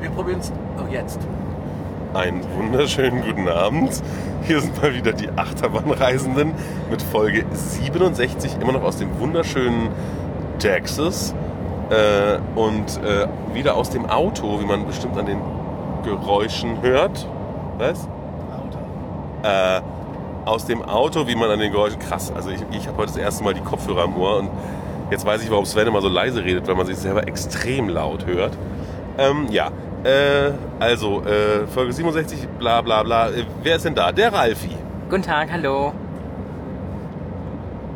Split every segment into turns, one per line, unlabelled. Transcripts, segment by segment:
Wir probieren es jetzt.
Einen wunderschönen guten Abend. Hier sind mal wieder die Achterbahnreisenden mit Folge 67, immer noch aus dem wunderschönen Texas. Äh, und äh, wieder aus dem Auto, wie man bestimmt an den Geräuschen hört. Was? Äh, aus dem Auto, wie man an den Geräuschen. Krass, also ich, ich habe heute das erste Mal die Kopfhörer am Ohr und jetzt weiß ich, warum Sven immer so leise redet, weil man sich selber extrem laut hört. Ähm, ja, äh, also äh, Folge 67, bla bla bla. Äh, wer ist denn da? Der Ralfi.
Guten Tag, hallo.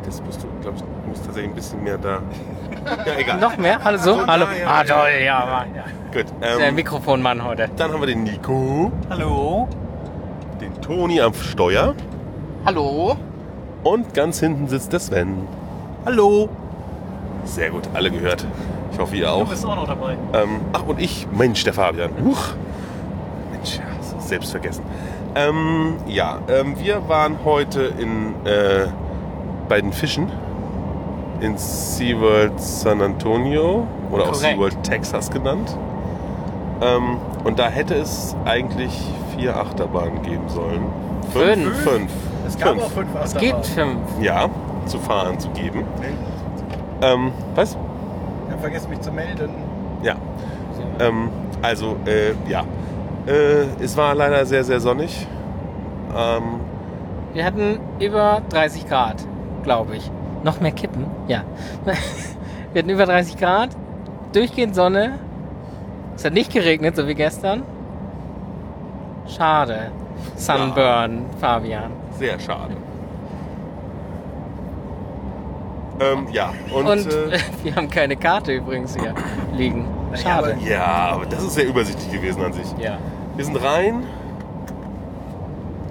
Das musst du, glaube ich, du musst tatsächlich ein bisschen mehr da. Ja, egal.
Noch mehr? Hallo so?
Ja,
hallo.
ja,
ah,
ja,
toll, ja, Mann. Ja.
Gut.
Ist ja ein
Ähm,
Mikrofonmann heute.
dann haben wir den Nico,
Hallo.
den Toni am Steuer
Hallo.
und ganz hinten sitzt der Sven.
Hallo.
Sehr gut, alle gehört. Ich hoffe, ihr
Du
auch.
bist auch noch dabei.
Ähm, ach, und ich, Mensch, der Fabian. Huch. Mensch, ja, so selbst vergessen. Ähm, ja, ähm, wir waren heute in, äh, bei den Fischen in SeaWorld San Antonio oder auch
Korrekt.
SeaWorld Texas genannt. Ähm, und da hätte es eigentlich vier Achterbahnen geben sollen.
Fünf?
Fünf.
Es gab
Fünf.
auch fünf
Es
Achterbahnen.
gibt fünf.
Ja, zu fahren, zu geben. Ähm, was?
Ich hab vergessen mich zu melden.
Ja. Ähm, also, äh, ja. Äh, es war leider sehr, sehr sonnig. Ähm,
Wir hatten über 30 Grad, glaube ich. Noch mehr Kippen? Ja. Wir hatten über 30 Grad, durchgehend Sonne. Es hat nicht geregnet, so wie gestern. Schade. Sunburn, Fabian.
sehr schade. Ähm, ja, und,
Und,
äh,
wir haben keine Karte übrigens hier liegen. Schade.
ja, aber das ist sehr übersichtlich gewesen an sich.
Ja.
Wir sind rein,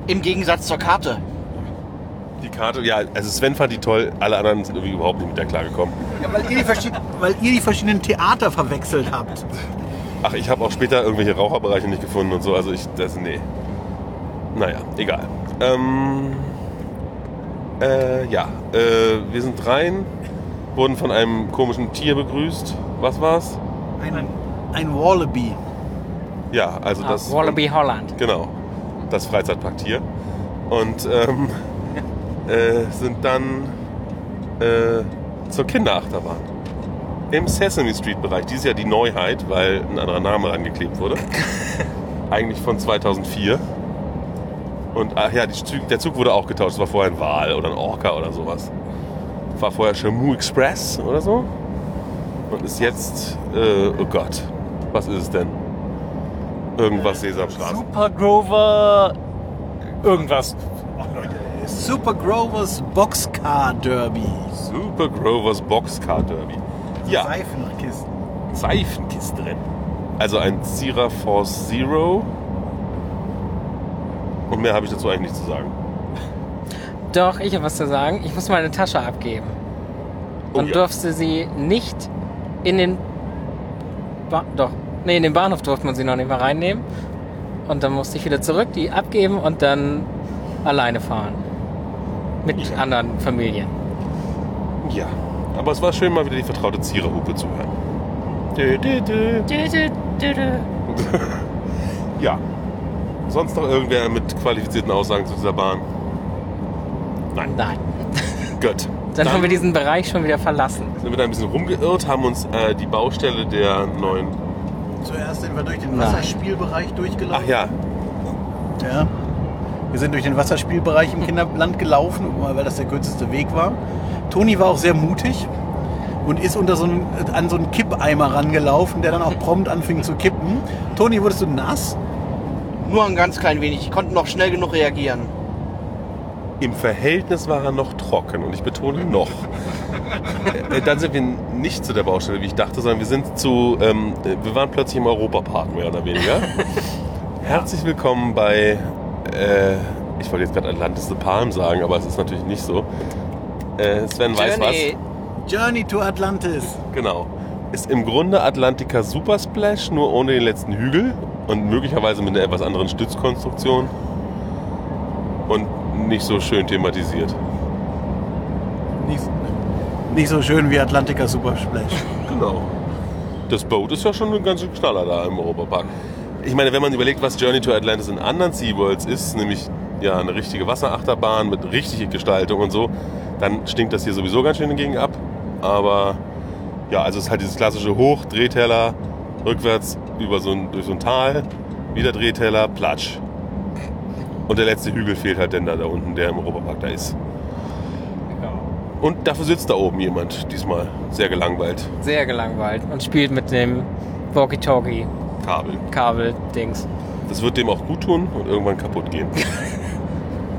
Im Gegensatz zur Karte.
die Karte, ja, also Sven fand die toll, alle anderen sind irgendwie überhaupt nicht mit der klargekommen.
Ja, weil, ihr die verschied- weil ihr die verschiedenen Theater verwechselt habt.
Ach, ich habe auch später irgendwelche Raucherbereiche nicht gefunden und so. Also ich, das, nee. Naja, egal. Ähm, äh, ja, äh, wir sind rein, wurden von einem komischen Tier begrüßt. Was war's?
Ein, ein Wallaby.
Ja, also
Ah,
das.
Wallaby Holland.
Genau, das Freizeitparktier. Und ähm, äh, sind dann äh, zur Kinderachterbahn. Im Sesame Street Bereich. Dies ist ja die Neuheit, weil ein anderer Name angeklebt wurde. Eigentlich von 2004. Und ach ja, die Zü- der Zug wurde auch getauscht. Es war vorher ein Wal oder ein Orca oder sowas. War vorher Shamu Express oder so. Und ist jetzt, äh, oh Gott, was ist es denn? Irgendwas Sesamstraße.
Super Grover. Irgendwas. Oh Leute, ey.
Super Grovers Boxcar Derby.
Super Grovers Boxcar Derby. Ja,
Seifenkisten.
Seifenkistenrennen. Also ein Zira Force Zero. Und mehr habe ich dazu eigentlich nicht zu sagen.
Doch, ich habe was zu sagen. Ich muss meine Tasche abgeben.
Oh
Und
ja.
durfte sie nicht in den ba doch nee, in den Bahnhof durfte man sie noch nicht mal reinnehmen. Und dann musste ich wieder zurück, die abgeben und dann alleine fahren. Mit
Ja.
anderen Familien.
ja. Aber es war schön, mal wieder die vertraute Zira-Hupe zu hören. Dö, dö, dö. Ja. Sonst noch irgendwer mit qualifizierten Aussagen zu dieser Bahn? Nein.
Nein.
Gut.
Dann, haben wir diesen Bereich schon wieder verlassen.
sind wir da ein bisschen rumgeirrt, haben uns äh, die Baustelle der neuen...
Zuerst sind wir durch den
Nein.
Wasserspielbereich
Ach
durchgelaufen.
ja,
Ja. Wir sind durch den Wasserspielbereich im Kinderland gelaufen, weil das der kürzeste Weg war. Toni war auch sehr mutig und ist unter so einen, an so einen Kippeimer rangelaufen, der dann auch prompt anfing zu kippen. Toni, wurdest du nass?
Nur ein ganz klein wenig. Ich konnte noch schnell genug reagieren.
Im Verhältnis war er noch trocken und ich betone noch. Äh, Dann sind wir nicht zu der Baustelle, wie ich dachte, sondern wir sind zu, ähm, äh, wir waren plötzlich im Europapark mehr oder weniger. Herzlich willkommen bei, äh, ich wollte jetzt gerade Atlantis the Palm sagen, aber es ist natürlich nicht so. Äh, Sven weiß was.
Journey.
Journey to Atlantis.
Genau. Ist im Grunde Atlantica Super Splash, nur ohne den letzten Hügel und möglicherweise mit einer etwas anderen Stützkonstruktion. Und nicht so schön thematisiert.
Nicht, nicht so schön wie Atlantica Super Splash.
Genau. Das Boot ist ja schon ein ganz schön Knaller da im Europapark. Ich meine, wenn man überlegt, was Journey to Atlantis in anderen SeaWorlds ist, nämlich ja eine richtige Wasserachterbahn mit richtiger Gestaltung und so, dann stinkt das hier sowieso ganz schön dagegen ab. Aber ja, also es ist halt dieses klassische Hoch, Drehteller, rückwärts über so ein, durch so ein Tal, wieder Drehteller, Platsch. Und der letzte Hügel fehlt halt denn da, da unten, der im Europapark da ist. Und dafür sitzt da oben jemand, diesmal sehr gelangweilt.
Sehr gelangweilt und spielt mit dem Walkie-Talkie-Kabel-Dings.
Kabel. Das wird dem auch gut tun und irgendwann kaputt gehen.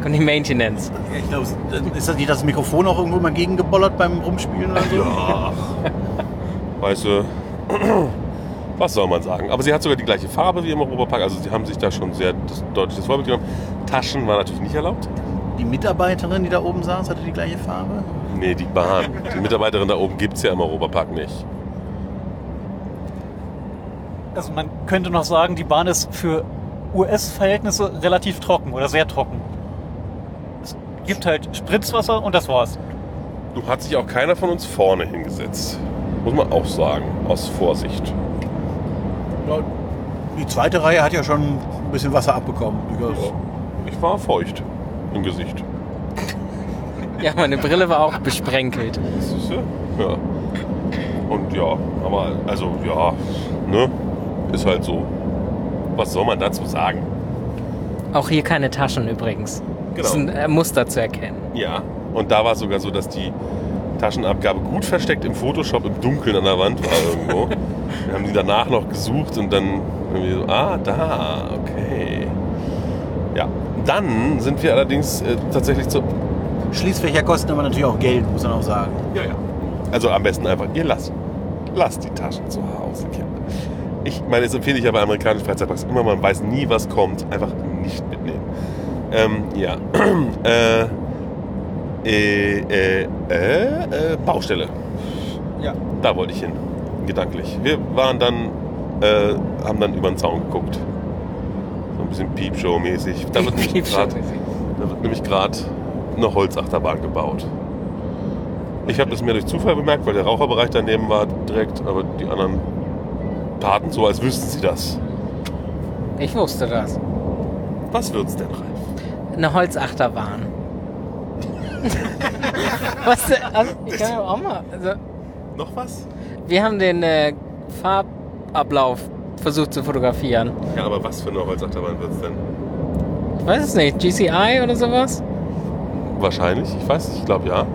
Und die Maintenance.
Ich glaube, ist das nicht das Mikrofon auch irgendwo mal gegengebollert beim Rumspielen oder so?
Ja. Weißt du, was soll man sagen? Aber sie hat sogar die gleiche Farbe wie im Europapark. Also sie haben sich da schon sehr das- deutliches Vorbild genommen. Taschen war natürlich nicht erlaubt.
Die Mitarbeiterin, die da oben saß, hatte die gleiche Farbe.
Nee, die Bahn. Die Mitarbeiterin da oben gibt es ja im Europapark nicht.
Also man könnte noch sagen, die Bahn ist für US-Verhältnisse relativ trocken oder sehr trocken. Es gibt halt Spritzwasser und das war's.
Du hat sich auch keiner von uns vorne hingesetzt. Muss man auch sagen, aus Vorsicht.
Ja, Die zweite Reihe hat ja schon ein bisschen Wasser abbekommen. durchaus.
Ich war feucht im Gesicht.
Ja, meine Brille war auch besprenkelt.
Siehst du? Ja. Und ja, aber also ja, ne? Ist halt so. Was soll man dazu sagen?
Auch hier keine Taschen übrigens.
Genau.
Das ist ein äh, Muster zu erkennen.
Ja. Und da war es sogar so, dass die Taschenabgabe gut versteckt im Photoshop im Dunkeln an der Wand war irgendwo. Dann haben die danach noch gesucht und dann irgendwie so, ah, da, okay. Ja. Dann sind wir allerdings äh, tatsächlich zu.
Schließfächer kosten aber natürlich auch Geld, muss man auch sagen.
Ja, ja. Also am besten einfach, ihr lasst, lasst die Taschen zu Hause, Kinder. Ich meine, das empfehle ich ja bei amerikanischen Freizeitparks immer, man weiß nie, was kommt. Einfach nicht mitnehmen. Ähm, ja. äh, äh, äh, äh, äh, Baustelle.
Ja.
Da wollte ich hin. Gedanklich. Wir waren dann, äh, haben dann über den Zaun geguckt. So ein bisschen Piepshow-mäßig. Da wird nämlich gerade da wird nämlich gerade eine Holzachterbahn gebaut. Ich habe das mehr durch Zufall bemerkt, weil der Raucherbereich daneben war direkt, aber die anderen taten so, als wüssten sie das.
Ich wusste das.
Was wird's denn, Ralf?
Eine Holzachterbahn. was denn? Also, ich kann ja auch mal. Also,
Noch was?
wir haben den äh, Farbablauf versucht zu fotografieren.
Ja, aber was für eine Holzachterbahn wird's denn?
Ich weiß es nicht, GCI oder sowas?
Wahrscheinlich, ich weiß nicht, ich glaube ja.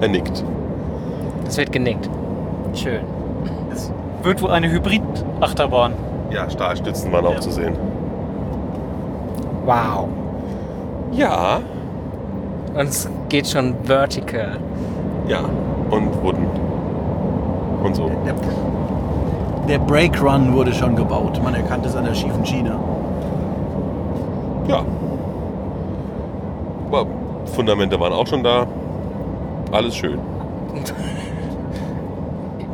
Er nickt.
Das wird genickt. Schön.
Wird wohl eine Hybrid-Achterbahn.
Ja, Stahlstützen waren auch zu sehen.
Wow.
Ja.
Und es geht schon vertical.
Ja. Und wurden. um. Und so.
Der, der Brake Run wurde schon gebaut. Man erkannte es an der schiefen Schiene.
Ja. Aber Fundamente waren auch schon da. Alles schön.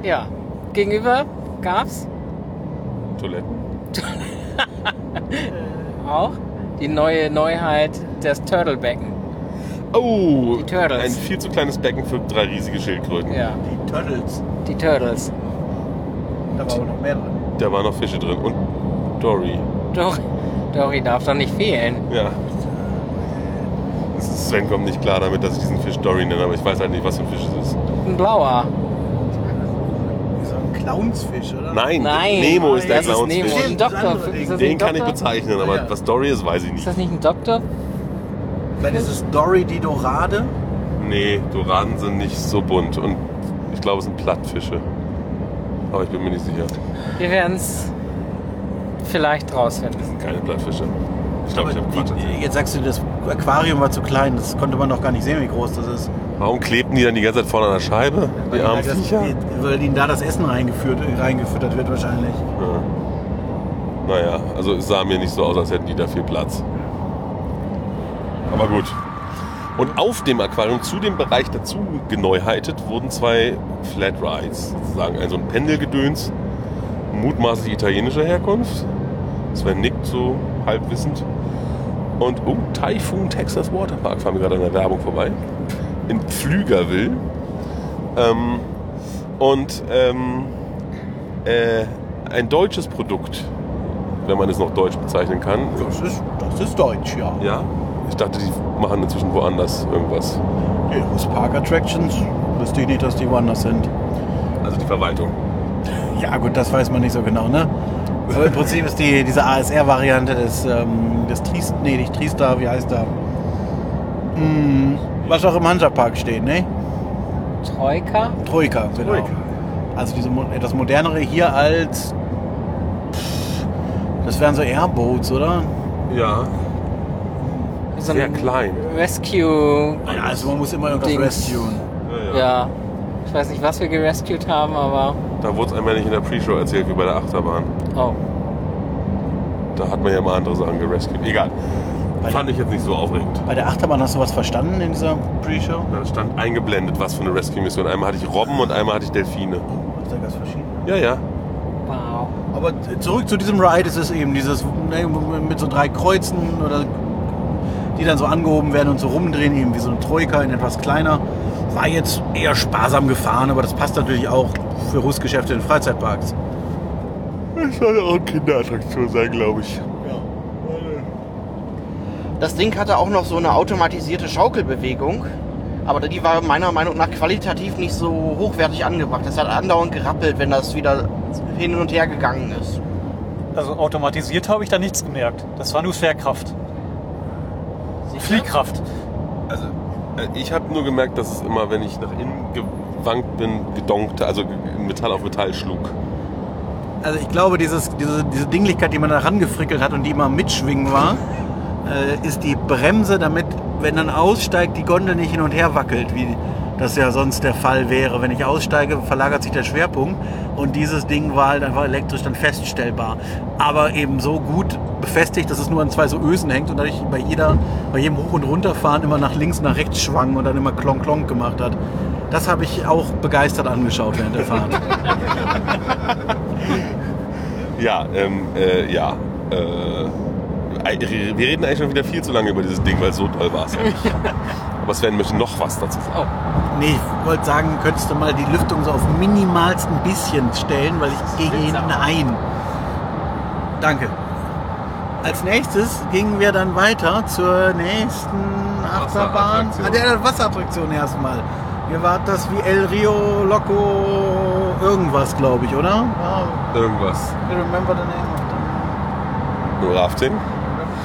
Ja. Gegenüber gab's
Toiletten.
auch die neue Neuheit des Turtlebecken.
Oh,
Die Turtles.
ein viel zu kleines Becken für drei riesige Schildkröten.
Ja,
Die Turtles,
die Turtles.
da war aber noch mehr drin.
Da waren noch Fische drin und Dory.
Dory, Dory darf doch nicht fehlen.
Ja. Es ist- Sven kommt nicht klar damit, dass ich diesen Fisch Dory nenne, aber ich weiß halt nicht, was für ein Fisch es ist.
Ein blauer.
Wie so ein Clownsfisch, oder?
Nein,
Nein,
Nemo ist der
das ist
Clownsfisch.
Nemo. Ein Doktor.
Den
Ist das
Den
nicht
kann ich
Doktor?
bezeichnen, aber
Ja.
was Dory ist, weiß ich
Ist
nicht.
das nicht ein Doktor?
Dann ist es Dory die Dorade.
Nee, Doraden sind nicht so bunt und ich glaube, es sind Plattfische. Aber ich bin mir nicht sicher.
Wir werden es vielleicht
Das
rausfinden.
sind keine Plattfische. Ich glaube, ich habe Quatsch. erzählt.
Die, jetzt sagst du, das Aquarium war zu klein. Das konnte man noch gar nicht sehen, wie groß das ist.
Warum klebten die dann die ganze Zeit vorne an der Scheibe? Die armen
weil, das,
Viecher?
weil ihnen da das Essen reingeführt, reingefüttert wird wahrscheinlich.
Ja. Naja, also es sah mir nicht so aus, als hätten die da viel Platz. Aber gut. Und auf dem Aquarium, zu dem Bereich dazu geneuheitet, wurden zwei Flat Rides, sozusagen also ein Pendelgedöns, mutmaßlich italienischer Herkunft. Sven nickt so halbwissend. Und oh, Typhoon Texas Waterpark fahren wir gerade an der Werbung vorbei. In Pflügerville. Ähm, und ähm, äh, ein deutsches Produkt, wenn man es noch deutsch bezeichnen kann.
Das ist, das ist deutsch, ja.
Ja. Ich dachte, die machen inzwischen woanders irgendwas.
Die US Park Attractions wüsste ich nicht, dass die woanders sind.
Also die Verwaltung.
Ja gut, das weiß man nicht so genau, ne? Aber im Prinzip ist die, diese ASR-Variante des, ähm, des Triest, nee, nicht Triester, wie heißt da? Hm, was auch im Hansapark steht, ne?
Troika?
Troika, genau.
Troika.
Also diese mo- etwas modernere hier als. pff, Das wären so Airboats, oder?
Ja.
So
Sehr klein.
Rescue.
Ja, also man muss immer irgendwas
Dings.
rescuen.
Ja. Ich weiß nicht, was wir gerescued haben, aber.
Da wurde es einmal nicht in der Pre-Show erzählt, wie bei der Achterbahn.
Oh.
Da hat man ja mal andere Sachen gerescued. Egal.
Weil-
Fand ich jetzt nicht so aufregend.
Bei der Achterbahn hast du was verstanden in dieser Pre-Show?
Da stand eingeblendet, was für eine Rescue-Mission. Einmal hatte ich Robben und einmal hatte ich Delfine.
Ist ja ganz verschieden.
Ja, ja.
Wow.
Aber zurück zu diesem Ride ist es eben dieses ne, mit so drei Kreuzen oder die dann so angehoben werden und so rumdrehen, eben wie so eine Troika in etwas kleiner. War jetzt eher sparsam gefahren, aber das passt natürlich auch für Rüstgeschäfte in Freizeitparks.
Das soll auch eine Kinderattraktion sein, glaube ich.
Das Ding hatte auch noch so eine automatisierte Schaukelbewegung, aber die war meiner Meinung nach qualitativ nicht so hochwertig angebracht. Es hat andauernd gerappelt, wenn das wieder hin und her gegangen ist.
Also automatisiert habe ich da nichts gemerkt. Das war nur Schwerkraft. Fliehkraft.
Also, äh, ich habe nur gemerkt, dass es immer, wenn ich nach innen gewankt bin, gedonkte, also Metall auf Metall schlug.
Also ich glaube, dieses, diese, diese Dinglichkeit, die man da rangefrickelt hat und die immer am mitschwingen war, äh, ist die Bremse, damit, wenn dann aussteigt, die Gondel nicht hin und her wackelt, wie das ja sonst der Fall wäre. Wenn ich aussteige, verlagert sich der Schwerpunkt und dieses Ding war halt einfach elektrisch dann feststellbar. Aber eben so gut befestigt, dass es nur an zwei so Ösen hängt und dadurch bei, jeder, bei jedem Hoch- und Runterfahren immer nach links, nach rechts schwang und dann immer klonk, klonk gemacht hat. Das habe ich auch begeistert angeschaut während der Fahrt.
Ja, ähm, äh, ja. Äh, wir reden eigentlich schon wieder viel zu lange über dieses Ding, weil so toll war es ja nicht. Aber Sven möchte noch was dazu sagen.
Oh.
Nee, ich wollte sagen, könntest du mal die Lüftung so auf minimalsten bisschen stellen, weil ich gehe hinten ein. Danke. Als nächstes gingen wir dann weiter zur nächsten Achterbahn.
Wasserattraktion.
Ah, der Wasserattraktion erstmal. Ihr wart das wie El Rio Loco irgendwas, glaube ich, oder?
Irgendwas.
I remember the name
Nur Rafting?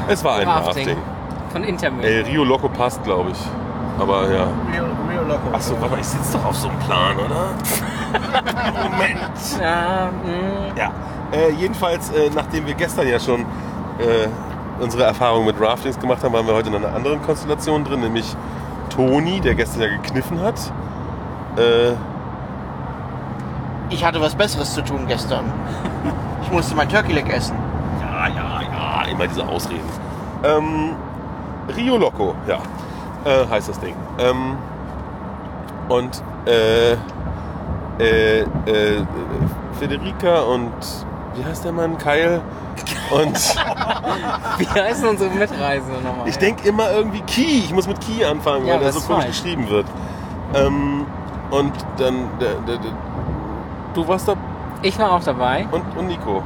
Es war ein Rafting.
Rafting. Von Intermüll.
El Rio Loco passt, glaube ich. Aber ja.
of the Rio, Rio Loco.
Achso, warte mal, ich sitze doch auf so einem Plan, oder? Moment.
Ja, mm. mh.
Ja. Äh, jedenfalls, äh, nachdem wir gestern ja schon äh, unsere Erfahrung mit Raftings gemacht haben, waren wir heute in einer anderen Konstellation drin, nämlich Toni, der gestern ja gekniffen hat. Äh,
Ich hatte was Besseres zu tun gestern. Ich musste mein Turkey Leg essen.
Ja, ja, ja, immer diese Ausreden. Ähm, Rio Loco, ja, äh, heißt das Ding. Ähm, und äh, äh, äh, Federica und wie heißt der Mann? Kyle und
Wie heißen unsere Mitreisenden nochmal?
Ich denke immer irgendwie Ki. Ich muss mit Ki anfangen,
Ja,
weil der
das
so
ist
komisch
falsch.
geschrieben wird. Ähm, und dann. Der, der, der, du warst da
Ich war auch dabei.
und, und Nico.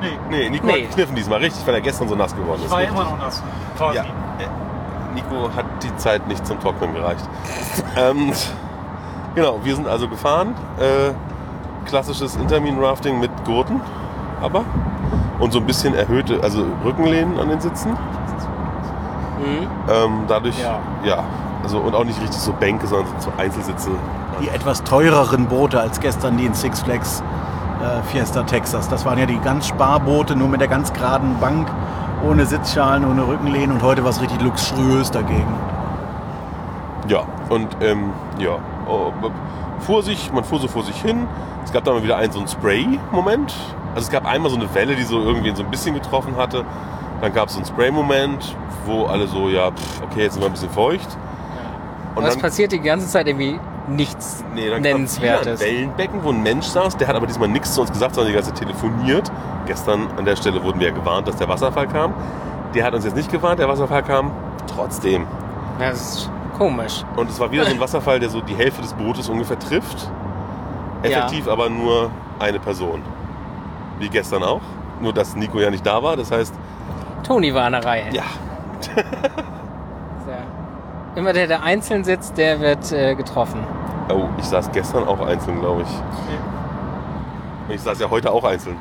Nee,
Nee, Nico
Nee.
hat gekniffen diesmal, richtig, weil er gestern so nass geworden
ich
ist.
war ja
richtig.
immer noch nass. Quasi.
Ja. äh, Nico hat die Zeit nicht zum Trocknen gereicht. ähm, genau, wir sind also gefahren. Äh, klassisches Intermin-Rafting mit Gurten, aber. Und so ein bisschen erhöhte, also Rückenlehnen an den Sitzen.
Mhm.
Ähm, dadurch, ja.
Ja.
also, und auch nicht richtig so Bänke, sondern so Einzelsitze.
Die etwas teureren Boote als gestern die in Six Flags äh, Fiesta Texas. Das waren ja die ganz Sparboote, nur mit der ganz geraden Bank, ohne Sitzschalen, ohne Rückenlehnen und heute war es richtig luxuriös dagegen.
Ja, und ähm, ja, oh, b- fuhr sich, man fuhr so vor sich hin. Es gab da mal wieder einen so einen Spray-Moment. Also es gab einmal so eine Welle, die so irgendwie so ein bisschen getroffen hatte. Dann gab es so einen Spray-Moment, wo alle so, ja, pff, okay, jetzt sind wir ein bisschen feucht.
Und es passiert die ganze Zeit irgendwie nichts
Nee, dann
Nennenswertes.
gab's wieder ein Wellenbecken, wo ein Mensch saß, der hat aber diesmal nichts zu uns gesagt, sondern die ganze Zeit telefoniert. Gestern an der Stelle wurden wir ja gewarnt, dass der Wasserfall kam. Der hat uns jetzt nicht gewarnt, der Wasserfall kam trotzdem.
Ja, Das ist komisch.
Und es war wieder so ein Wasserfall, der so die Hälfte des Bootes ungefähr trifft.
Ja.
Effektiv aber nur eine Person. Wie gestern auch. Nur, dass Nico ja nicht da war. Das heißt,
Toni war an der Reihe.
ja,
Sehr. Immer der, der einzeln sitzt, der wird äh, getroffen.
Oh, ich saß gestern auch einzeln, glaube ich. Und ich saß ja heute auch einzeln.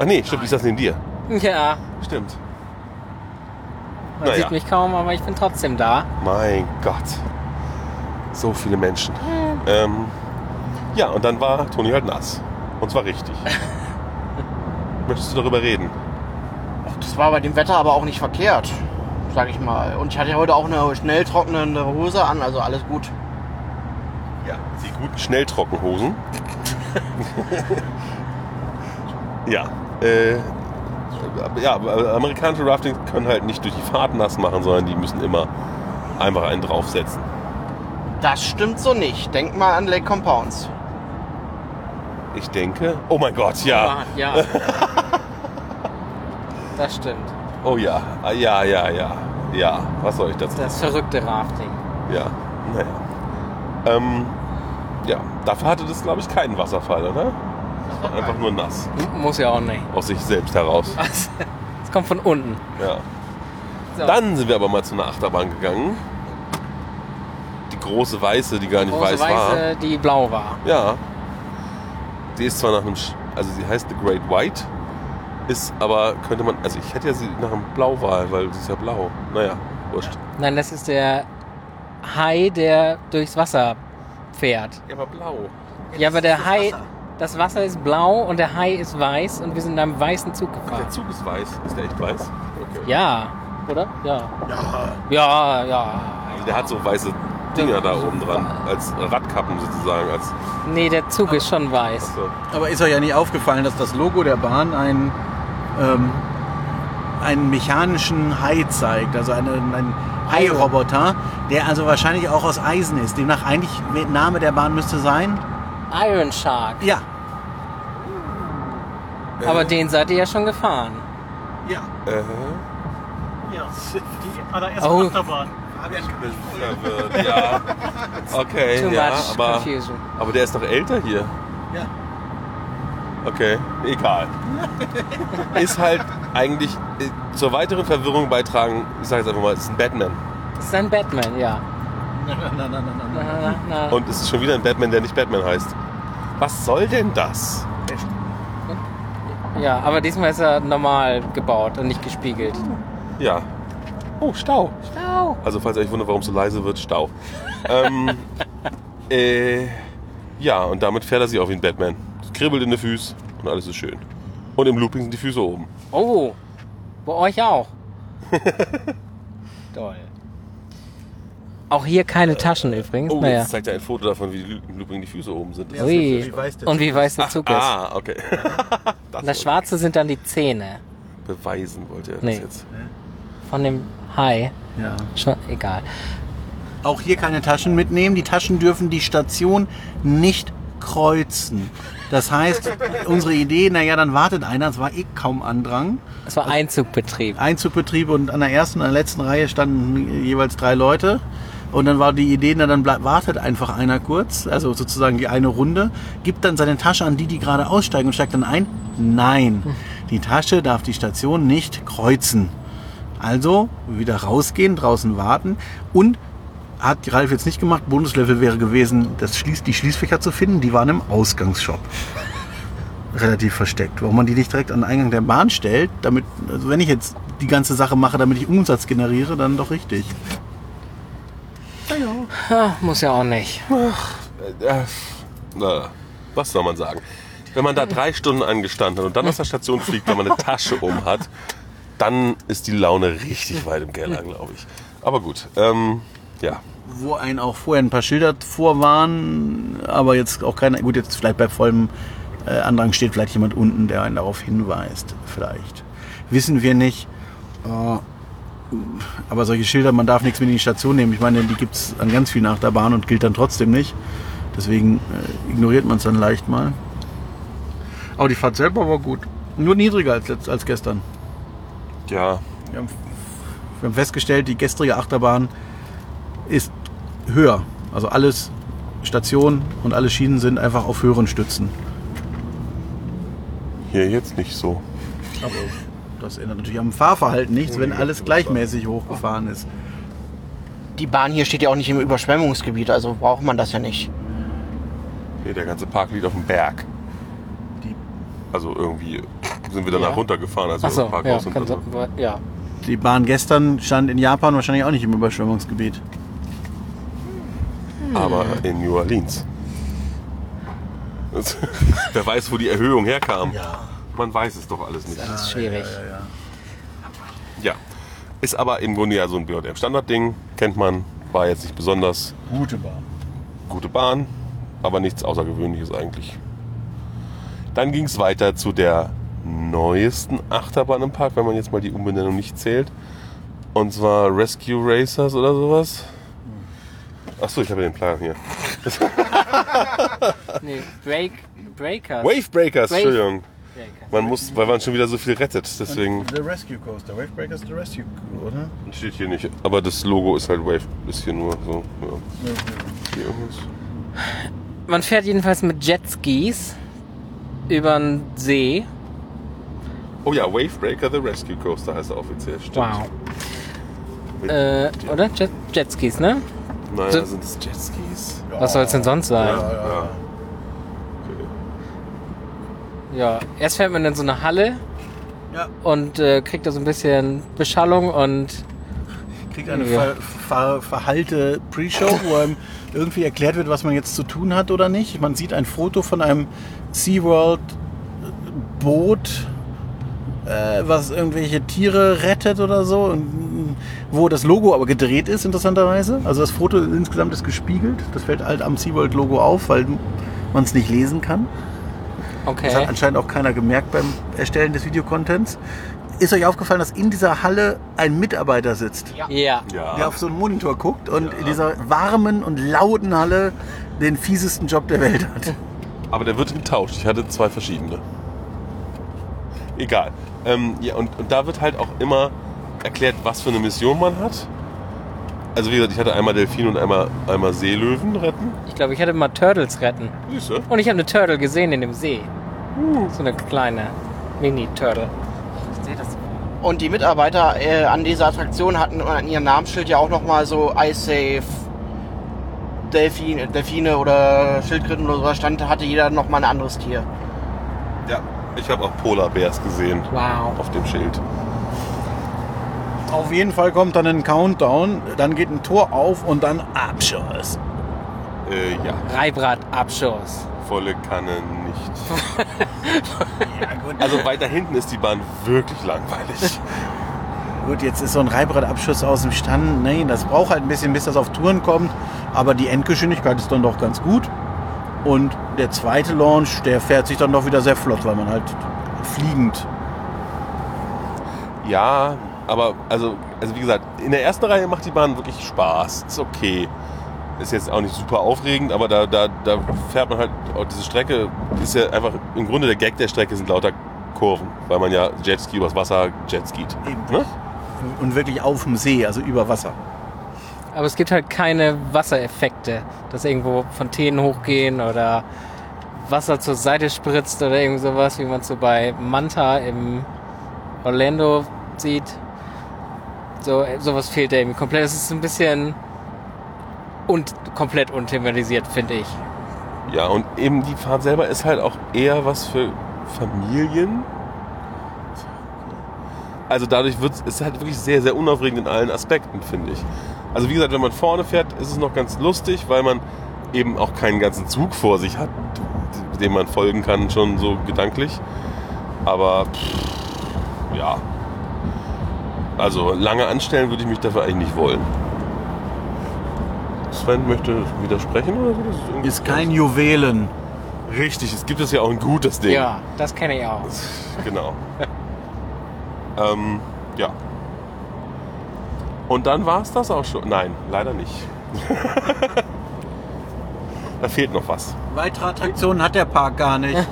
Ach nee, stimmt, ich saß neben dir.
Ja,
Stimmt.
man
Naja.
sieht mich kaum, aber ich bin trotzdem da.
Mein Gott. So viele Menschen. Ähm, ja, und dann war Toni halt nass. Und zwar richtig. Möchtest du darüber reden?
Das war bei dem Wetter aber auch nicht verkehrt, sag ich mal. Und ich hatte ja heute auch eine schnell trocknende Hose an, also alles gut.
Ja. Die guten Schnelltrockenhosen. ja. Äh, ja, aber amerikanische Rafting können halt nicht durch die Fahrt nass machen, sondern die müssen immer einfach einen draufsetzen.
Das stimmt so nicht. Denk mal an Lake Compounds.
Ich denke. Oh mein Gott, ja.
Ah, ja. das stimmt.
Oh ja. Ah, Ja, ja, ja. Ja. Was soll ich dazu
Das verrückte Rafting.
Ja. Naja. Ähm, ja. Dafür hatte das, glaube ich, keinen Wasserfall, oder? Das war einfach nur nass.
M- Muss ja auch nicht.
Aus sich selbst heraus.
Es kommt von unten.
Ja.
So.
Dann sind wir aber mal zu einer Achterbahn gegangen. Die große weiße, die gar nicht
Große
weiß war.
Weiße, die blau war.
Ja. Die ist zwar nach einem, Sch- also sie heißt The Great White, ist aber, könnte man, also ich hätte ja sie nach einem Blauwahl, weil sie ist ja blau. Naja, wurscht.
Nein, das ist der Hai, der durchs Wasser fährt.
Ja, aber blau.
Ja, aber der
das
Hai,
Wasser.
das Wasser ist blau und der Hai ist weiß und wir sind in einem weißen Zug
Der
gefahren.
Zug ist weiß. Ist der echt weiß? Okay.
Ja, oder? Ja. Ja, ja.
Also der hat so weiße Dinger da oben dran, als Radkappen sozusagen. Als,
Nee, der Zug ist schon weiß.
so.
Aber ist euch ja nicht aufgefallen, dass das Logo der Bahn einen, ähm, einen mechanischen Hai zeigt, also einen, einen Hai-Roboter, der also wahrscheinlich auch aus Eisen ist. Demnach eigentlich der Name der Bahn müsste sein.
Iron Shark.
Ja.
Aber den seid ihr ja schon gefahren.
Ja.
Äh,
Ja, die allererste
Oh.
Achterbahn.
verwirrt, ja. Okay,
Too
ja,
much
aber,
confusion.
aber der ist doch älter hier.
Ja.
Okay, egal. ist halt eigentlich äh, zur weiteren Verwirrung beitragen, ich sage jetzt einfach mal, es ist ein Batman.
Das ist ein Batman, ja.
Na, na, na, na, na,
Na, na, na.
Und es ist schon wieder ein Batman, der nicht Batman heißt. Was soll denn das?
Ja, aber diesmal ist er normal gebaut und nicht gespiegelt.
Ja. Oh, Stau. Stau. Also falls ihr euch wundert, warum es so leise wird, Stau. ähm, äh, ja, und damit fährt er sich auf wie ein Batman. Es kribbelt in den Füßen und alles ist schön. Und im Looping sind die Füße oben.
Oh, bei euch auch. Toll. Auch hier keine Taschen übrigens.
Oh,
naja.
jetzt zeigt er ein Foto davon, wie die, Lü- im Looping die Füße oben sind. Das ist-
Ui.
Wie weiß der
Und wie weiß der Zug ist.
Ah, okay.
Und das Schwarze sind dann die Zähne
Beweisen wollte er das
Nee.
jetzt.
von dem Hai.
na. Ja.
Schon, egal.
Auch hier keine Taschen mitnehmen. Die Taschen dürfen die Station nicht kreuzen. Das heißt, unsere Idee, naja, dann wartet einer, es war eh kaum Andrang.
Es war Einzugbetrieb.
Einzugbetriebe und an der ersten und an der letzten Reihe standen jeweils drei Leute. Und dann war die Idee, na dann bleibt, wartet einfach einer kurz, also sozusagen die eine Runde, gibt dann seine Tasche an die, die gerade aussteigen und steigt dann ein. Nein, die Tasche darf die Station nicht kreuzen. Also wieder rausgehen, draußen warten und hat Ralf jetzt nicht gemacht. Bonuslevel wäre gewesen, das Schließ, die Schließfächer zu finden. Die waren im Ausgangsshop relativ versteckt. Warum man die nicht direkt an den Eingang der Bahn stellt, damit, also wenn ich jetzt die ganze Sache mache, damit ich Umsatz generiere, dann doch richtig.
Ah, muss ja auch nicht.
Äh, na, was soll man sagen? Wenn man da drei Stunden angestanden hat und dann aus der Station fliegt, wenn man eine Tasche um hat, dann ist die Laune richtig weit im Keller, glaube ich. Aber gut, ähm, ja.
Wo einen auch vorher ein paar Schilder vorwarnen, aber jetzt auch keiner, gut, jetzt vielleicht bei vollem äh, Andrang steht vielleicht jemand unten, der einen darauf hinweist, vielleicht. Wissen wir nicht. Äh, aber solche Schilder, man darf nichts mit in die Station nehmen. Ich meine, die gibt es an ganz vielen Achterbahnen und gilt dann trotzdem nicht. Deswegen äh, ignoriert man es dann leicht mal. Aber die Fahrt selber war gut. Nur niedriger als, letzt- als gestern.
Ja,
Wir haben, wir haben festgestellt, die gestrige Achterbahn ist höher. Also alles Stationen und alle Schienen sind einfach auf höheren Stützen.
Hier jetzt nicht so.
Aber das ändert natürlich am Fahrverhalten nichts, wenn alles gleichmäßig hochgefahren ist.
Die Bahn hier steht ja auch nicht im Überschwemmungsgebiet, also braucht man das ja nicht.
Nee, der ganze Park liegt auf dem Berg.
Die-
Also irgendwie sind wir danach
Ja.
runtergefahren, also als wir aus
Achso,
dem Park
ja,
raus sind.
kann so, ja.
Die Bahn gestern stand in Japan wahrscheinlich auch nicht im Überschwemmungsgebiet.
aber in New Orleans. Das- Wer weiß, wo die Erhöhung herkam. Man weiß es doch alles nicht.
Das ist schwierig.
Ja. Ist aber im Grunde ja so ein BM-Standardding. Kennt man. War jetzt nicht besonders
Gute Bahn.
gute Bahn, aber nichts Außergewöhnliches eigentlich. Dann ging es weiter zu der neuesten Achterbahn im Park, wenn man jetzt mal die Umbenennung nicht zählt. Und zwar Rescue Racers oder sowas. Achso, ich habe den Plan hier.
Nee, Break, Breakers.
Wave Breakers,
Wave-
Entschuldigung.
Breakers.
Man muss, weil man schon wieder so viel rettet, deswegen
The Rescue Coaster, Wavebreaker ist The Rescue, oder?
steht hier nicht. Aber das Logo ist halt Wave, ist hier nur so. Ja. Hier irgendwas.
Man fährt jedenfalls mit Jetskis über den See.
Oh ja, Wave Breaker The Rescue Coaster heißt er offiziell. Stimmt.
Wow. Äh, oder? Jet, Jetskis, ne?
Naja, also
So-
sind es Jetskis.
Was soll es denn sonst sein?
Ja, ja. Okay.
Ja, erst fährt man in so eine Halle
Ja.
und äh, kriegt da so ein bisschen Beschallung und
Kriegt eine
Ja.
ver, ver, verhalte Pre-Show, wo einem irgendwie erklärt wird, was man jetzt zu tun hat oder nicht. Man sieht ein Foto von einem SeaWorld-Boot, äh, was irgendwelche Tiere rettet oder so, und, mm, wo das Logo aber gedreht ist, interessanterweise. Also das Foto insgesamt ist gespiegelt. Das fällt halt am SeaWorld-Logo auf, weil man es nicht lesen kann. Das
okay.
hat anscheinend auch keiner gemerkt beim Erstellen des Videocontents. Ist euch aufgefallen, dass in dieser Halle ein Mitarbeiter sitzt?
Ja.
Ja.
der auf so einen Monitor guckt und in dieser warmen und lauten Halle den fiesesten Job der Welt hat.
Aber der wird getauscht. Ich hatte zwei verschiedene. Egal. Ähm, ja, und, und da wird halt auch immer erklärt, was für eine Mission man hat. Also wie gesagt, ich hatte einmal Delfin und einmal, einmal Seelöwen retten.
Ich glaube, ich hätte mal Turtles retten.
Siehst du?
Und ich habe eine Turtle gesehen in dem See. So eine kleine Mini-Turtle. Ich sehe das.
Und die Mitarbeiter äh, an dieser Attraktion hatten an ihrem Namensschild ja auch nochmal so I save Delfine, äh, Delfine oder Schildkröten oder so stand, hatte jeder nochmal ein anderes Tier.
Ja. Ich habe auch Polarbärs gesehen
Wow.
auf dem Schild.
Auf jeden Fall kommt dann ein Countdown, dann geht ein Tor auf und dann Abschuss.
Äh, ja,
Reibratabschuss.
volle Kanne nicht.
Ja gut,
Also weiter hinten ist die Bahn wirklich langweilig.
gut, jetzt ist so ein Reibradabschuss aus dem Stand. Nein, das braucht halt ein bisschen, bis das auf Touren kommt. Aber die Endgeschwindigkeit ist dann doch ganz gut. Und der zweite Launch, der fährt sich dann doch wieder sehr flott, weil man halt fliegend.
Ja, aber also, also wie gesagt, in der ersten Reihe macht die Bahn wirklich Spaß. Ist okay. Ist jetzt auch nicht super aufregend, aber da, da, da fährt man halt, auch diese Strecke ist ja einfach, im Grunde der Gag der Strecke sind lauter Kurven, weil man ja Jetski übers Wasser jetskiet.
Eben.
Ne?
Und wirklich auf dem See, also über Wasser.
Aber es gibt halt keine Wassereffekte, dass irgendwo Fontänen hochgehen oder Wasser zur Seite spritzt oder irgend sowas, wie man es so bei Manta im Orlando sieht. So, sowas fehlt da eben komplett. Es ist ein bisschen und komplett unthematisiert, finde ich.
Ja, und eben die Fahrt selber ist halt auch eher was für Familien. Also dadurch wird's, ist halt wirklich sehr, sehr unaufregend in allen Aspekten, finde ich. Also wie gesagt, wenn man vorne fährt, ist es noch ganz lustig, weil man eben auch keinen ganzen Zug vor sich hat, dem man folgen kann, schon so gedanklich. Aber pff, ja. Also lange anstellen würde ich mich dafür eigentlich nicht wollen. Sven möchte widersprechen oder so? Das irgendwie-
Ist kein Juwelen.
Richtig, es gibt es ja auch ein gutes Ding.
Ja, das kenne ich auch.
Genau. ähm, ja. Und dann war es das auch schon. Nein, leider nicht. da fehlt noch was.
Weitere Attraktionen hat der Park gar nicht.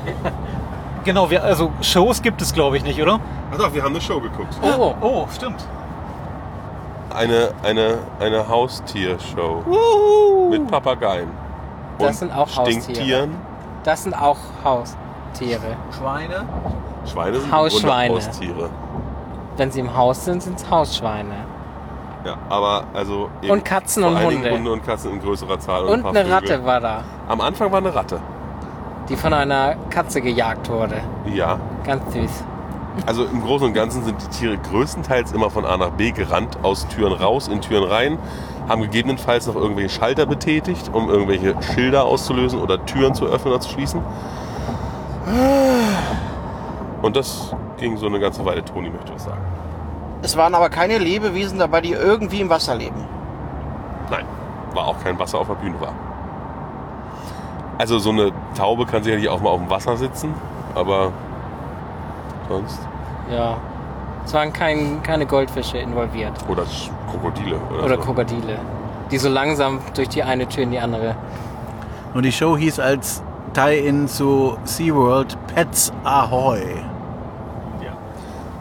Genau, wir, also Shows gibt es glaube ich nicht, oder?
Ach doch, wir haben eine Show geguckt.
Oh,
Oh, stimmt.
Eine, eine, eine Haustiershow. Mit Papageien.
Das sind auch Haustiere.
Stinktieren.
das sind auch Haustiere.
Schweine.
Schweine sind
Hausschweine.
im Grunde Haustiere.
Wenn sie im Haus sind, sind es Hausschweine.
Ja, aber also eben
Und Katzen
vor
und
allen Dingen
Hunde.
Hunde und Katzen in größerer Zahl und, ein
Und
paar
eine
Vögel.
Ratte war da,
Am Anfang war eine Ratte.
die von einer Katze gejagt wurde.
Ja,
Ganz süß.
Also im Großen und Ganzen sind die Tiere größtenteils immer von A nach B gerannt, aus Türen raus, in Türen rein, haben gegebenenfalls noch irgendwelche Schalter betätigt, um irgendwelche Schilder auszulösen oder Türen zu öffnen oder zu schließen. Und das ging so eine ganze Weile, Toni möchte was sagen.
Es waren aber keine Lebewesen dabei, die irgendwie im Wasser leben.
Nein, war auch kein Wasser auf der Bühne war. Also so eine Taube kann sicherlich auch mal auf dem Wasser sitzen, aber sonst.
Ja. Es waren kein, keine Goldfische involviert.
Oder Sch- Krokodile oder,
Oder
so.
Krokodile. Die so langsam durch die eine Tür in die andere.
Und die Show hieß als Tie-In zu SeaWorld Pets Ahoy.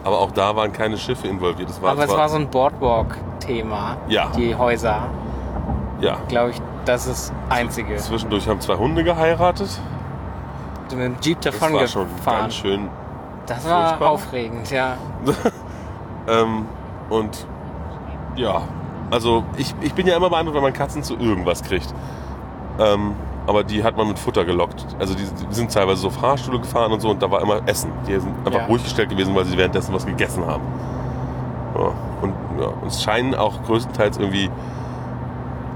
aber auch da waren keine Schiffe involviert. Es war,
Aber es
zwar-
war so ein Boardwalk-Thema.
Ja.
Die Häuser.
Ja.
Glaube ich, das ist das einzige.
Zwischendurch haben zwei Hunde geheiratet.
Mit dem Jeep
Das
davon
war schon
gefahren.
ganz schön.
Das war
furchtbar.
aufregend, ja.
Ähm, und ja, also ich, ich bin ja immer beeindruckt, wenn man Katzen zu irgendwas kriegt. Ähm, aber die hat man mit Futter gelockt. Also die, die sind teilweise so Fahrstühle gefahren und so und da war immer Essen. Die sind einfach
Ja.
ruhig gestellt gewesen, weil sie währenddessen was gegessen haben. Ja, und ja, und es scheinen auch größtenteils irgendwie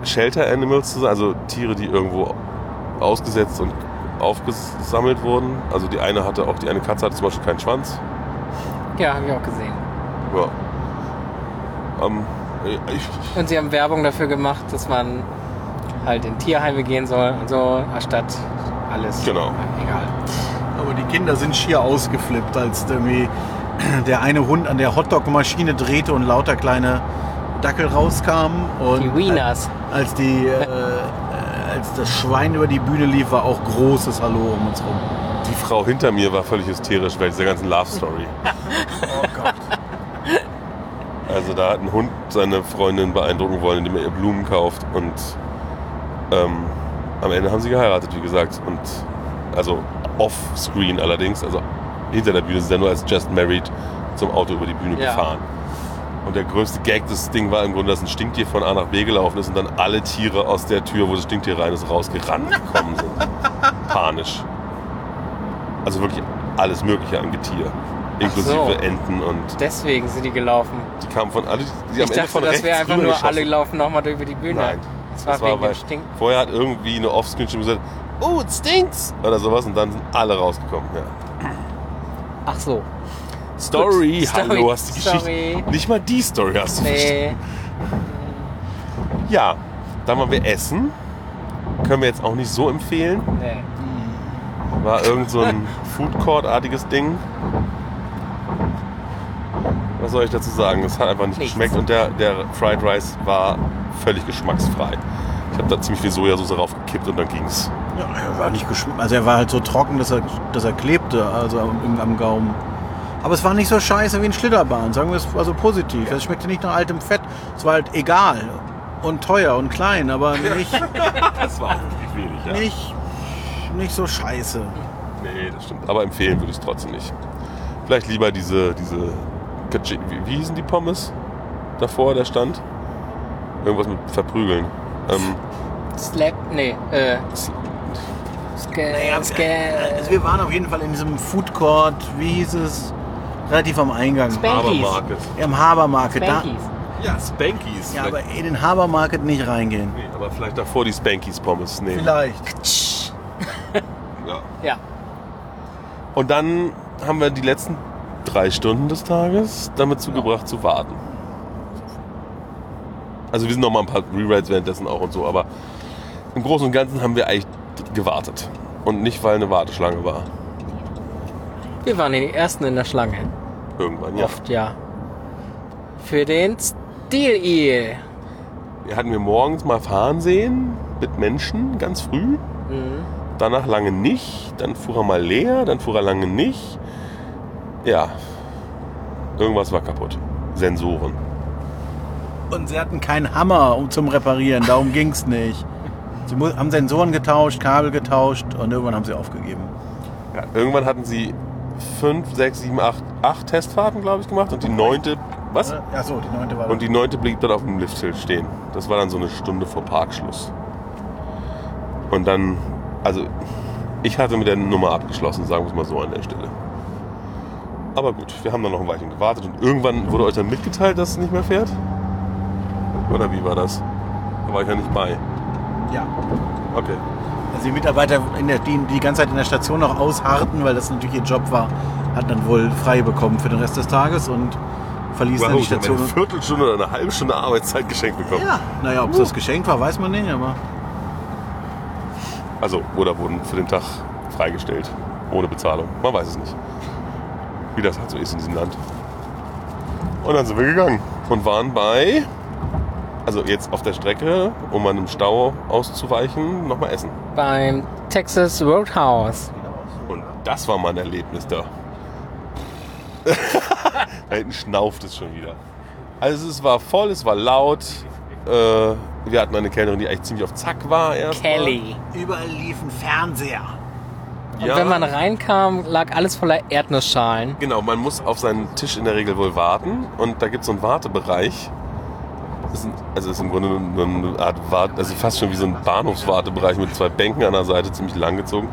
Shelter Animals zu sein, also Tiere, die irgendwo ausgesetzt und aufgesammelt wurden. Also die eine hatte auch, die eine Katze hatte zum Beispiel keinen Schwanz.
Ja, habe ich auch gesehen.
Ja. Ähm, ich,
Und sie haben Werbung dafür gemacht, dass man halt in Tierheime gehen soll und so, anstatt alles.
Genau.
Egal.
Aber die Kinder sind schier ausgeflippt, als irgendwie der eine Hund an der Hotdog-Maschine drehte und lauter kleine Dackel rauskamen. Und
Die Wieners.
Als, die, äh, als das Schwein über die Bühne lief, war auch großes Hallo um uns rum.
die Frau hinter mir war völlig hysterisch bei dieser ganzen Love Story.
Oh Gott.
Also da hat ein Hund seine Freundin beeindrucken wollen, indem er ihr Blumen kauft und ähm, am Ende haben sie geheiratet, wie gesagt. Und also off-screen allerdings, also hinter der Bühne sind sie nur als Just Married zum Auto über die Bühne
Ja.
gefahren. Und der größte Gag des Ding war im Grunde, dass ein Stinktier von A nach B gelaufen ist und dann alle Tiere aus der Tür, wo das Stinktier rein ist, rausgerannt gekommen sind. Panisch. Also wirklich alles Mögliche an Getier. Inklusive
so.
Enten und
Deswegen sind die gelaufen.
die kamen von alle, die am
ich
Ende
dachte,
von
das
rechts
wäre einfach
rüber
nur
geschossen.
alle laufen nochmal durch die Bühne.
Nein.
Das war wegen dem Stinken.
Vorher hat irgendwie eine Offscreen-Stimme gesagt, oh, it stinks! Oder sowas und dann sind alle rausgekommen. Ja.
Ach so.
Story,
Story,
hallo, hast du die Geschichte.
sorry.
Nicht mal die Story hast du verstanden.
Nee.
Ja, dann waren wir essen. Können wir jetzt auch nicht so empfehlen.
nee.
War irgend so ein Food Court-artiges Ding. Was soll ich dazu sagen? Es hat einfach nicht
Nichts.
geschmeckt und der, der Fried Rice war völlig geschmacksfrei. Ich habe da ziemlich viel Sojasauce raufgekippt und dann ging's.
Ja, er war nicht geschm Also er war halt so trocken, dass er, dass er klebte, also am, am Gaumen. Aber es war nicht so scheiße wie ein Schlitterbahn, sagen wir es war so positiv. Es schmeckte nicht nach altem Fett. Es war halt egal und teuer und klein, aber nicht,
Das war auch wirklich wenig, ja.
nicht, nicht so scheiße.
Nee, das stimmt. Aber empfehlen würde ich es trotzdem nicht. Vielleicht lieber diese, diese, Katschi- wie, wie hießen die Pommes davor, der stand? Irgendwas mit verprügeln. Ähm,
Slap. Nee. Äh. Scale.
Also
Scale.
wir waren auf jeden Fall in diesem Food Court, wie hieß es, relativ am Eingang.
Spank- Spankies.
Habermarket.
Im Haber Market. Da,
Spankies.
Ja, Spankies.
ja, aber
vielleicht,
in den Haber Market nicht reingehen.
nee, aber vielleicht davor die Spankies-Pommes nehmen.
Vielleicht.
Ja.
Ja.
Und dann haben wir die letzten drei Stunden des Tages damit zugebracht zu warten. Also wir sind noch mal ein paar Rewrites währenddessen auch und so, aber im Großen und Ganzen haben wir eigentlich gewartet. Und nicht, weil eine Warteschlange war.
Wir waren die Ersten in der Schlange.
Irgendwann, ja.
Oft ja. Für den Steel Eel.
Hatten wir morgens mal fahren sehen mit Menschen, ganz früh.
Mhm.
Danach lange nicht. Dann fuhr er mal leer, dann fuhr er lange nicht. Ja. Irgendwas war kaputt. Sensoren.
Und sie hatten keinen Hammer um zum Reparieren, darum ging es nicht. Sie mu- haben Sensoren getauscht, Kabel getauscht und irgendwann haben sie aufgegeben.
Ja, irgendwann hatten sie fünf, sechs, sieben, acht, acht Testfahrten, glaube ich, gemacht. Und die neunte, was?
Achso, die neunte war
Und die neunte blieb dann auf dem Liftschild stehen. Das war dann so eine Stunde vor Parkschluss. Und dann, also ich hatte mit der Nummer abgeschlossen, sagen wir es mal so an der Stelle. Aber gut, wir haben dann noch ein Weilchen gewartet und irgendwann wurde euch dann mitgeteilt, dass es nicht mehr fährt? Oder wie war das? Da war ich ja nicht bei.
Ja.
Okay.
Also die Mitarbeiter, in der, die die ganze Zeit in der Station noch ausharrten, weil das natürlich ihr Job war, hat dann wohl frei bekommen für den Rest des Tages und verließen dann die
ich habe
Station.
eine Viertelstunde oder eine halbe Stunde Arbeitszeit geschenkt bekommen.
Ja, naja, ob es das geschenkt war, weiß man nicht, aber
Also, oder wurden für den Tag freigestellt. Ohne Bezahlung. Man weiß es nicht. Wie das halt so ist in diesem Land. Und dann sind wir gegangen und waren bei, also jetzt auf der Strecke, um einem Stau auszuweichen, nochmal essen.
Beim Texas Roadhouse.
Und das war mein Erlebnis da. da hinten schnauft es schon wieder. Also es war voll, es war laut. Äh, wir hatten eine Kellnerin, die eigentlich ziemlich auf Zack war erst. mal.
Kelly.
überall liefen Fernseher.
Und
Ja.
wenn man reinkam, lag alles voller Erdnussschalen.
Genau, man muss auf seinen Tisch in der Regel wohl warten und da gibt es so einen Wartebereich. Das ist ein, also ist im Grunde eine- eine Art Wart, also fast schon wie so ein Bahnhofswartebereich mit zwei Bänken an der Seite, ziemlich langgezogen.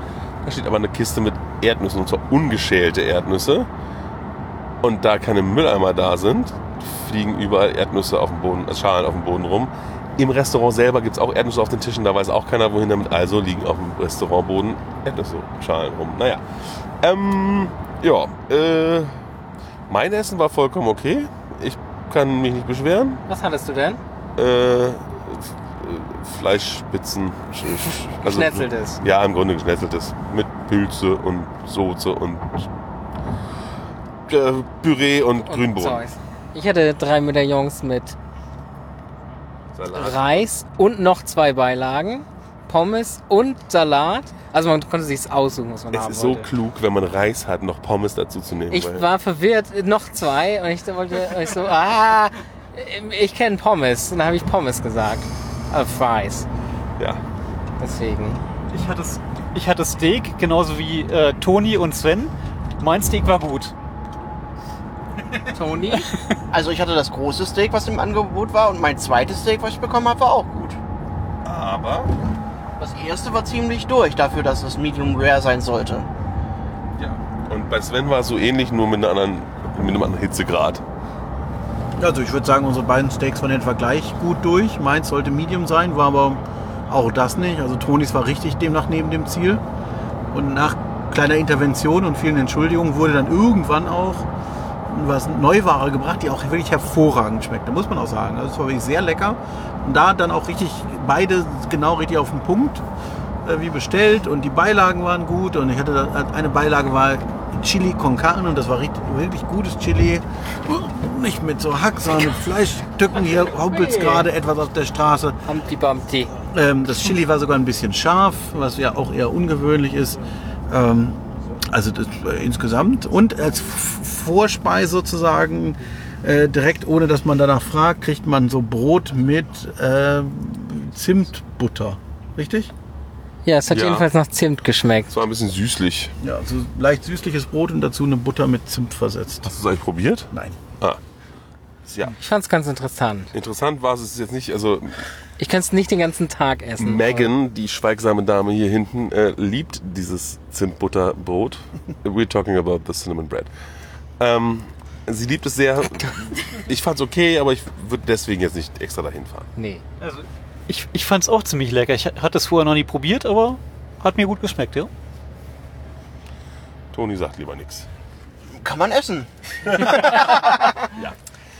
Da steht aber eine Kiste mit Erdnüssen und zwar ungeschälte Erdnüsse. Und da keine Mülleimer da sind, fliegen überall Erdnüsse auf dem Boden, also Schalen auf dem Boden rum. Im Restaurant selber gibt es auch Erdnüsse auf den Tischen, da weiß auch keiner wohin damit. Also liegen auf dem Restaurantboden Erdnüsse, Schalen rum. Naja. Ähm, ja, äh, mein Essen war vollkommen okay. Ich kann mich nicht beschweren.
Was hattest du denn?
Äh, F- äh, Fleischspitzen. Sch- sch- Also,
Schnetzeltes.
Ja, im Grunde geschnetzeltes. Mit Pilze und Soße und äh, Püree und,
Und
Grünbohnen.
Zeugs. Ich hatte drei Medaillons mit
Salat.
Reis und noch zwei Beilagen. Pommes und Salat. Also man konnte sich's aussuchen, was man
Es
haben
ist so
wollte.
klug, wenn man Reis hat, noch Pommes dazu zu nehmen.
Ich
weil-
war verwirrt, äh, noch zwei. Und ich wollte, ich so, ah, ich kenne Pommes. Und dann habe ich Pommes gesagt. Äh, Fries.
ja.
Deswegen.
Ich hatte, S- ich hatte Steak, genauso wie äh, Toni und Sven. Mein Steak war gut.
Tony?
Also ich hatte das große Steak, was im Angebot war, und mein zweites Steak, was ich bekommen habe, war auch gut.
Aber
Das erste war ziemlich durch dafür, dass es Medium Rare sein sollte.
ja. Und bei Sven war es so ähnlich, nur mit, einer anderen, mit einem anderen Hitzegrad.
Also ich würde sagen, unsere beiden Steaks waren den Vergleich gut durch. Meins sollte Medium sein, war aber auch das nicht. Also Tonis war richtig demnach neben dem Ziel. Und nach kleiner Intervention und vielen Entschuldigungen wurde dann irgendwann auch was Neuware gebracht, die auch wirklich hervorragend schmeckte, muss man auch sagen. Also es war wirklich sehr lecker. Und da dann auch richtig beide genau richtig auf den Punkt äh, wie bestellt und die Beilagen waren gut und ich hatte da, eine Beilage war Chili con Carne und das war richtig, wirklich gutes Chili. Oh, Nicht mit so Hack, sondern mit Fleischstücken. Hier humpelt's gerade etwas auf der Straße.
Humpty Bumpty.
Ähm, das Chili war sogar ein bisschen scharf, was ja auch eher ungewöhnlich ist. Ähm, also das, äh, insgesamt. Und als F- Vorspeise sozusagen, äh, direkt ohne dass man danach fragt, kriegt man so Brot mit äh, Zimtbutter. Richtig?
Ja, es hat
Ja.
jedenfalls nach Zimt geschmeckt.
Es war ein bisschen süßlich.
Ja, so leicht süßliches Brot und dazu eine Butter mit Zimt versetzt.
Hast du es eigentlich probiert?
Nein.
Ah. Ja,
Ich fand's ganz interessant.
interessant war es es ist jetzt nicht. Also
Ich kann es nicht den ganzen Tag essen.
Megan, die schweigsame Dame hier hinten, äh, liebt dieses Zimtbutterbrot. We're talking about the cinnamon bread. Ähm, sie liebt es sehr. Ich fand's okay, aber ich würde deswegen jetzt nicht extra dahin fahren.
Nee.
Also ich, ich fand es auch ziemlich lecker. Ich hatte es vorher noch nie probiert, aber hat mir gut geschmeckt, ja.
Toni sagt lieber nichts.
Kann man essen.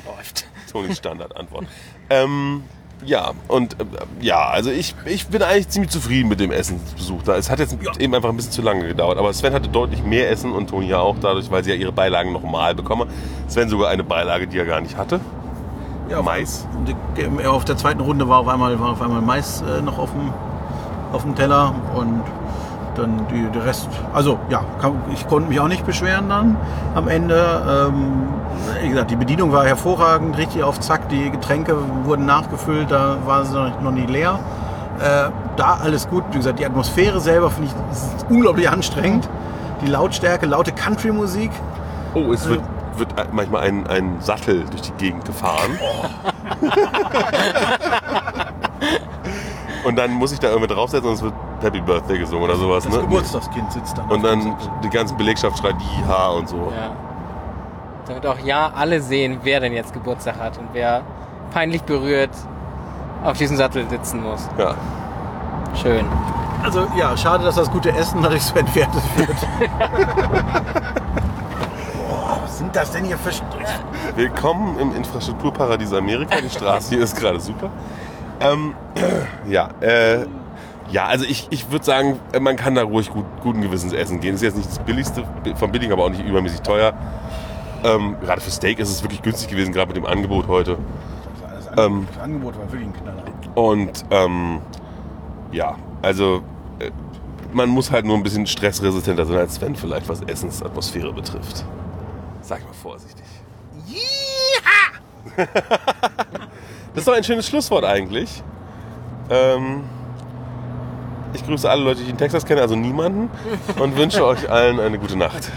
Läuft.
Tonis Standardantwort. ähm, ja, und äh, ja, also ich, ich bin eigentlich ziemlich zufrieden mit dem Essensbesuch da. Es hat jetzt eben einfach ein bisschen zu lange gedauert, aber Sven hatte deutlich mehr Essen und Toni ja auch dadurch, weil sie ja ihre Beilagen nochmal bekommen. Sven sogar eine Beilage, die er gar nicht hatte.
Ja,
Mais.
Die- Auf der zweiten Runde war auf einmal, war auf einmal Mais äh, noch auf dem, auf dem Teller und dann die, der Rest. Also ja, kann, ich konnte mich auch nicht beschweren dann am Ende. Ähm, wie gesagt, die Bedienung war hervorragend, richtig auf Zack. Die Getränke wurden nachgefüllt, da waren sie noch, noch nie leer. Äh, da alles gut. Wie gesagt, die Atmosphäre selber finde ich unglaublich anstrengend. die Lautstärke, laute Country-Musik.
Oh, es wird, wird manchmal ein, ein Sattel durch die Gegend gefahren. und dann muss ich da irgendwie draufsetzen und es wird Happy Birthday gesungen oder sowas.
Das
ne?
Geburtstagskind sitzt dann. auf
Und
dem
dann
Sattel.
die ganze Belegschaft schreit Jiha und so.
Ja. Damit auch ja alle sehen, wer denn jetzt Geburtstag hat und wer peinlich berührt auf diesem Sattel sitzen muss.
Ja.
Schön.
Also ja, schade, dass das gute Essen dadurch so entwertet wird. Boah, was sind das denn hier für Striche?
Willkommen im Infrastrukturparadies Amerika. Die Straße hier ist gerade super. Ähm, ja, äh, ja, also ich, ich würde sagen, man kann da ruhig gut, guten Gewissens essen gehen. Ist jetzt nicht das billigste vom Billigen, aber auch nicht übermäßig teuer. Ähm, gerade für Steak ist es wirklich günstig gewesen, gerade mit dem Angebot heute.
Das,
Ähm.
das Angebot war wirklich ein Knaller.
Und ähm, ja, also äh, man muss halt nur ein bisschen stressresistenter sein als Sven vielleicht, was Essensatmosphäre betrifft. Sag mal vorsichtig. das ist doch ein schönes Schlusswort eigentlich. Ähm, ich grüße alle Leute, die ich in Texas kenne, also niemanden, und wünsche euch allen eine gute Nacht.